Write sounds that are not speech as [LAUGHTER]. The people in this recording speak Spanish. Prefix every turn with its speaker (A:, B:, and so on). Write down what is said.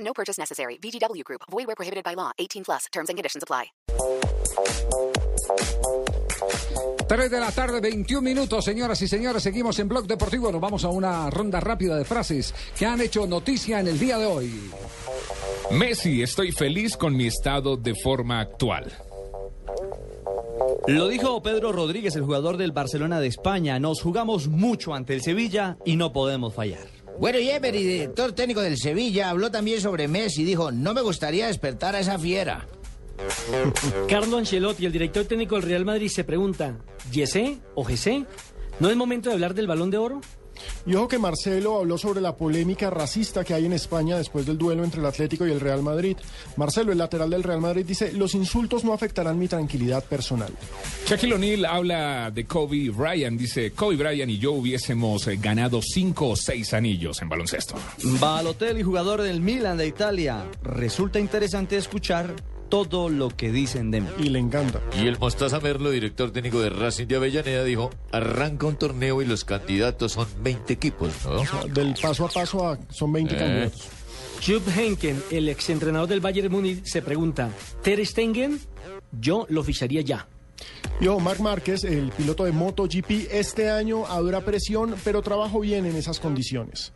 A: No purchase necessary. VGW Group. Void where prohibited by law. 18 plus. Terms and conditions apply.
B: 3 de la tarde, 21 minutos, señoras y señores. Seguimos en Blog Deportivo. Nos vamos a una ronda rápida de frases que han hecho noticia en el día de hoy.
C: Messi, estoy feliz con mi estado de forma actual.
D: Lo dijo Pedro Rodríguez, el jugador del Barcelona de España. Nos jugamos mucho ante el Sevilla y no podemos fallar.
E: Bueno, y Emery, director técnico del Sevilla, habló también sobre Messi y dijo, no me gustaría despertar a esa fiera.
F: [LAUGHS] Carlo Ancelotti, el director técnico del Real Madrid, se pregunta, ¿Yesé o Gesé? ¿No es momento de hablar del balón de oro?
G: Y ojo que Marcelo habló sobre la polémica racista que hay en España después del duelo entre el Atlético y el Real Madrid. Marcelo, el lateral del Real Madrid, dice, los insultos no afectarán mi tranquilidad personal.
C: Shaquille O'Neal habla de Kobe Bryant, dice, Kobe Bryant y yo hubiésemos eh, ganado cinco o seis anillos en baloncesto.
D: Balotelli, jugador del Milan de Italia, resulta interesante escuchar todo lo que dicen de mí.
G: Y le encanta.
H: Y el Mostaza Merlo, director técnico de Racing de Avellaneda, dijo, arranca un torneo y los candidatos son 20 equipos, ¿no? O sea,
G: del paso a paso a, son 20 eh. candidatos.
F: Jupp Henken, el exentrenador del Bayern Múnich, se pregunta, ¿Ter Stegen? Yo lo ficharía ya.
G: Yo, Marc Márquez, el piloto de MotoGP, este año habrá presión, pero trabajo bien en esas condiciones.